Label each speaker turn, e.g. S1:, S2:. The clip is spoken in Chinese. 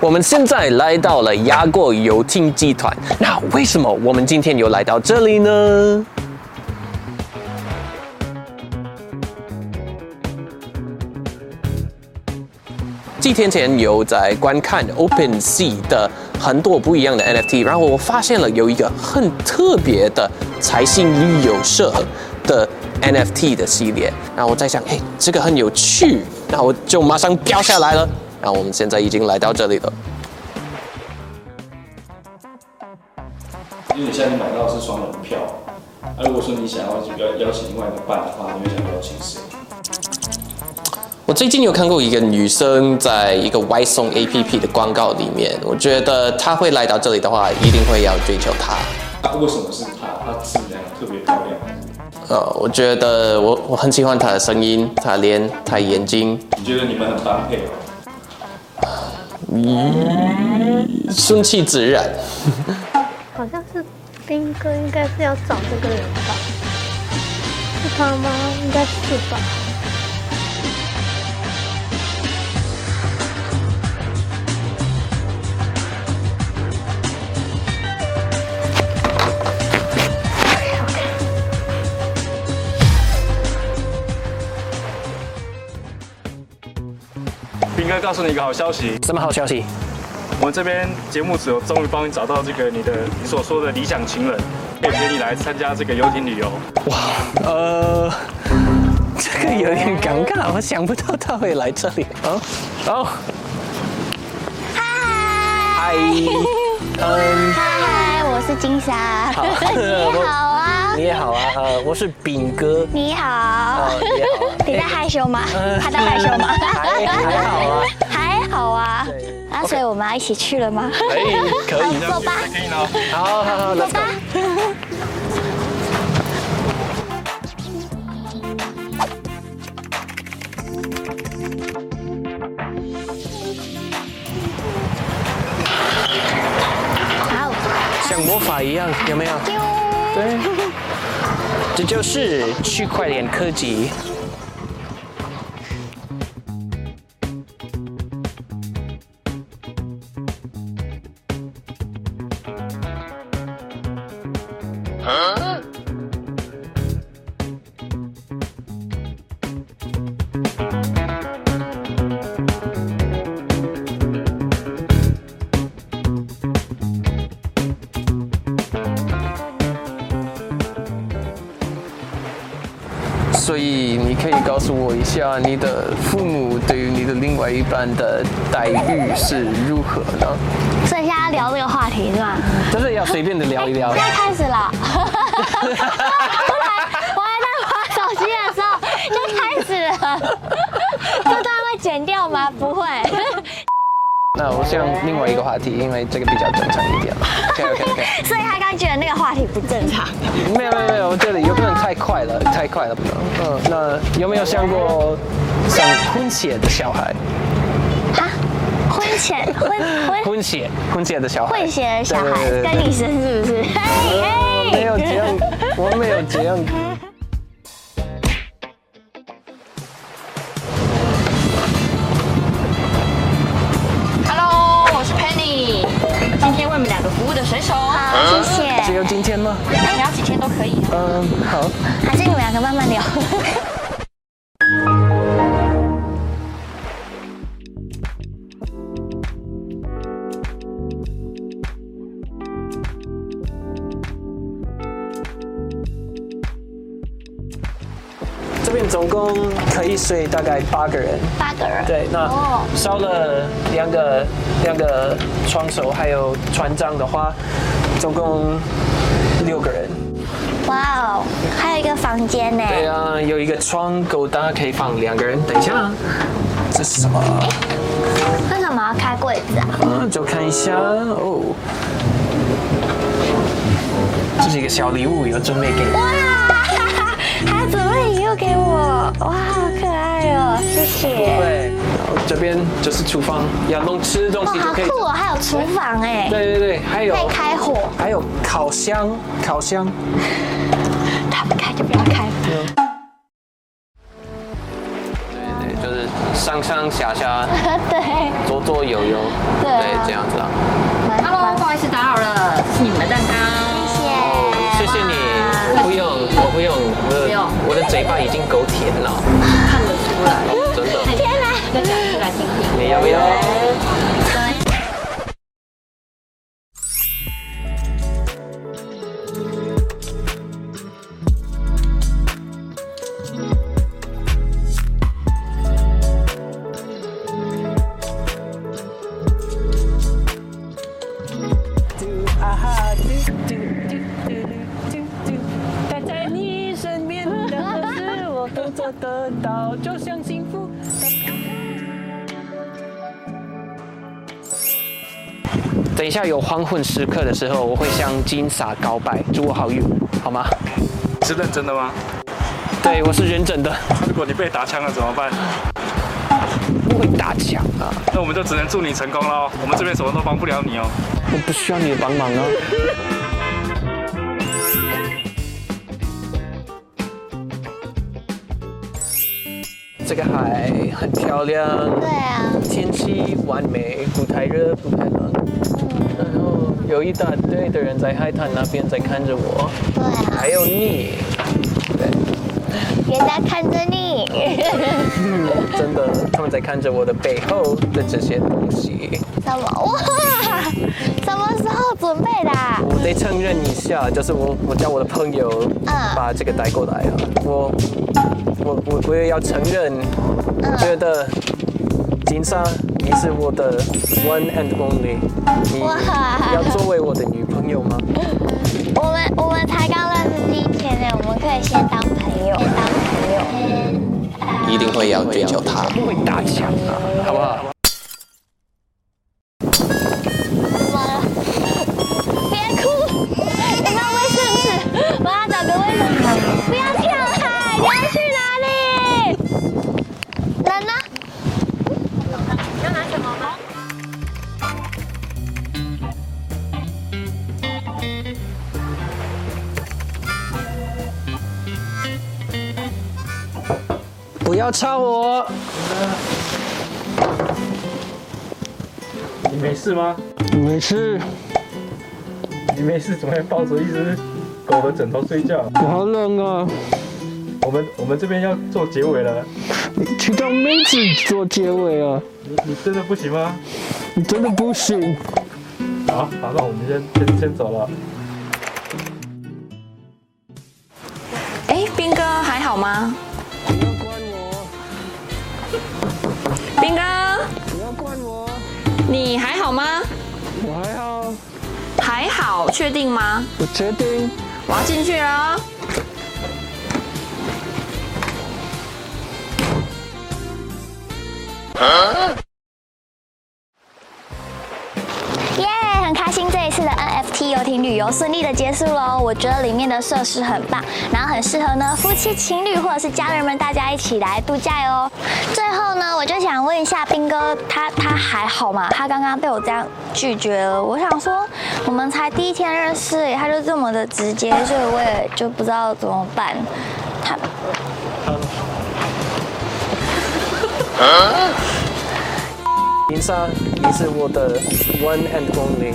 S1: 我们现在来到了压过游艇集团，那为什么我们今天又来到这里呢？几天前有在观看 OpenSea 的很多不一样的 NFT，然后我发现了有一个很特别的财信旅游社的 NFT 的系列，然后我在想，嘿，这个很有趣，那我就马上标下来了。然后我们现在已经来到这里了。
S2: 因为你现在买到的是双人票，那、如果说你想要邀邀请另外一个伴的话，你会想邀请谁？
S1: 我最近有看过一个女生在一个外送 APP 的广告里面，我觉得她会来到这里的话，一定会要追求她。
S2: 啊，为什么是她？她是哪特别漂亮？
S1: 呃，我觉得我我很喜欢她的声音、她脸、她眼睛，
S2: 你觉得你们很般配哦？
S1: 顺其自然。
S3: 好像是兵哥，应该是要找这个人吧？是他吗？应该是吧。
S4: 斌哥告诉你一个好消息，
S5: 什么好消息？
S4: 我们这边节目组终于帮你找到这个你的你所说的理想情人，可以陪你来参加这个游艇旅游。
S5: 呃，
S1: 这个有点尴尬，我想不到他会来这里啊。
S5: 哦，
S1: 嗨，嗯，
S6: 嗨，我是金莎。
S1: 好
S6: 你好啊
S5: 你，也好啊，呃，我是炳哥，
S6: 你好
S5: 哦。你好啊
S6: 你在害羞吗？他在害羞吗？
S5: 呃还还好啊，
S6: 还好啊。啊，所以我们要一起去了吗？
S1: 哎
S5: 可以可以，
S6: 坐吧，
S4: 可以呢，
S5: 好好好，
S6: 坐吧。好，
S5: 像魔法一样，有没有？
S6: 啾
S5: 对，这就是区块链科技。
S1: 所以你可以告诉我一下，你的父母对于你的另外一半的待遇是如何呢？
S6: 所以现在要聊这个话题是吧？
S1: 就是要随便的聊一聊
S6: 现。在开始了。 我还我还在滑手机的时候就开始了。 这段会剪掉吗？不会。
S1: 那我想另外一个话题，因为这个比较正常一点。OK OK OK。
S6: 所以他刚觉得那个话题不正常。
S1: 没有没有没有，这里有可能太快了，太快了。嗯，那有没有想过想
S5: 婚血的小孩，
S6: 哈，婚前婚婚
S5: 婚血婚血的小孩，
S6: 混血的小孩
S5: 对对对对
S6: 跟你生是不是？嘿
S5: 没有这样，我没有这样。
S7: Hello，我是 Penny，今天为你们两个服务的水手，
S6: 好，谢谢。
S5: 只有今天吗？
S7: 你要几天都可以。
S6: 啊
S5: 嗯，好。
S6: 还是你们两个慢慢聊。
S5: 这边总共可以睡大概八个人。
S6: 八个人。
S5: 对，那
S6: 哦
S5: 烧了两个两个双手，还有船长的话，总共六个人。
S6: 哇哦，还有一个房间呢。
S5: 对啊，有一个窗口，大家可以放两个人。等一下啊，这是什么？
S6: 为什么要开柜子啊？
S5: 嗯，就看一下哦。这是一个小礼物，有准备给你。
S6: 哇， 他准备礼物给我，哇，好可爱哦，谢谢。
S5: 对，然后这边就是厨房，要弄吃东
S6: 哇，
S5: 西就
S6: 好
S5: 可以。
S6: 酷哦，还有厨房哎，
S5: 对对对，还有
S6: 可以开火，
S5: 还有烤箱，烤箱。
S6: 他不开就不要开。
S1: 对，就是上上下下，
S6: 对
S1: 左左右右。
S6: 对啊
S1: 哦已经够甜了，哦
S8: 看得出来。
S1: 真的。
S6: 天哪！
S8: 再讲出来听听。
S1: 你要不要？待在你身边的事，我都做得到，就像幸福。等一下有黄昏时刻的时候，我会向金撒告白，祝我好运，好吗？
S9: 是认真的吗？
S1: 对，我是认真的，
S9: 如果你被打枪了怎么办？
S1: 不会打抢啊，
S9: 那我们就只能祝你成功喽。我们这边什么都帮不了你哦。
S1: 我不需要你的帮忙啊。这个海很漂亮，
S6: 对啊，
S1: 天气完美，不太热，不太冷。然后有一大堆的人在海滩那边在看着我，
S6: 对啊，
S1: 还有你，
S6: 人家看着你，
S1: 真的，他们在看着我的背后的这些东西。
S6: 什么哇？什么时候准备的啊？
S1: 我得承认一下，就是我我叫我的朋友
S6: 嗯
S1: 把这个带过来了。啊我我我我也要承认，我觉得金莎你是我的 one and only，你
S6: 哇
S1: 要作为我的女朋友吗？
S6: 我们我们才刚认识第一天呢，我们可以先当朋友，当朋友。
S10: 一定会要追求她。
S1: 会打枪啊，好不好？
S6: 怎么了？别哭，你要卫生纸，我要找个卫生纸。不要跳海，你要去哪里？人呢？要拿什么吗？
S1: 不要吵我！
S9: 你没事吗？
S1: 没事，
S9: 你没事怎么会抱着一只狗和枕头睡觉？
S1: 我好冷啊！
S9: 我们我们这边要做结尾了，
S1: 去当妹子做结尾啊！
S9: 你你真的不行吗？
S1: 你真的不行。
S9: 好，好，那我们先先先走了。
S8: 哎，斌哥还好吗？不要关我。斌哥。不要关我。你还好吗？
S1: 我还好，
S8: 还好，确定吗？
S1: 我决定。
S8: 我要进去了哦。
S6: 耶、很开心这一次的 NFT 游艇旅游顺利的结束喽。我觉得里面的设施很棒，然后很适合呢夫妻、情侣或者是家人们大家一起来度假哦。最后呢，我就想问一下斌哥，他他还好吗？他刚刚被我这样拒绝了。我想说，我们才第一天认识，他就这么的直接，所以我也就不知道怎么办。他
S1: 林莎，你是我的 one and only。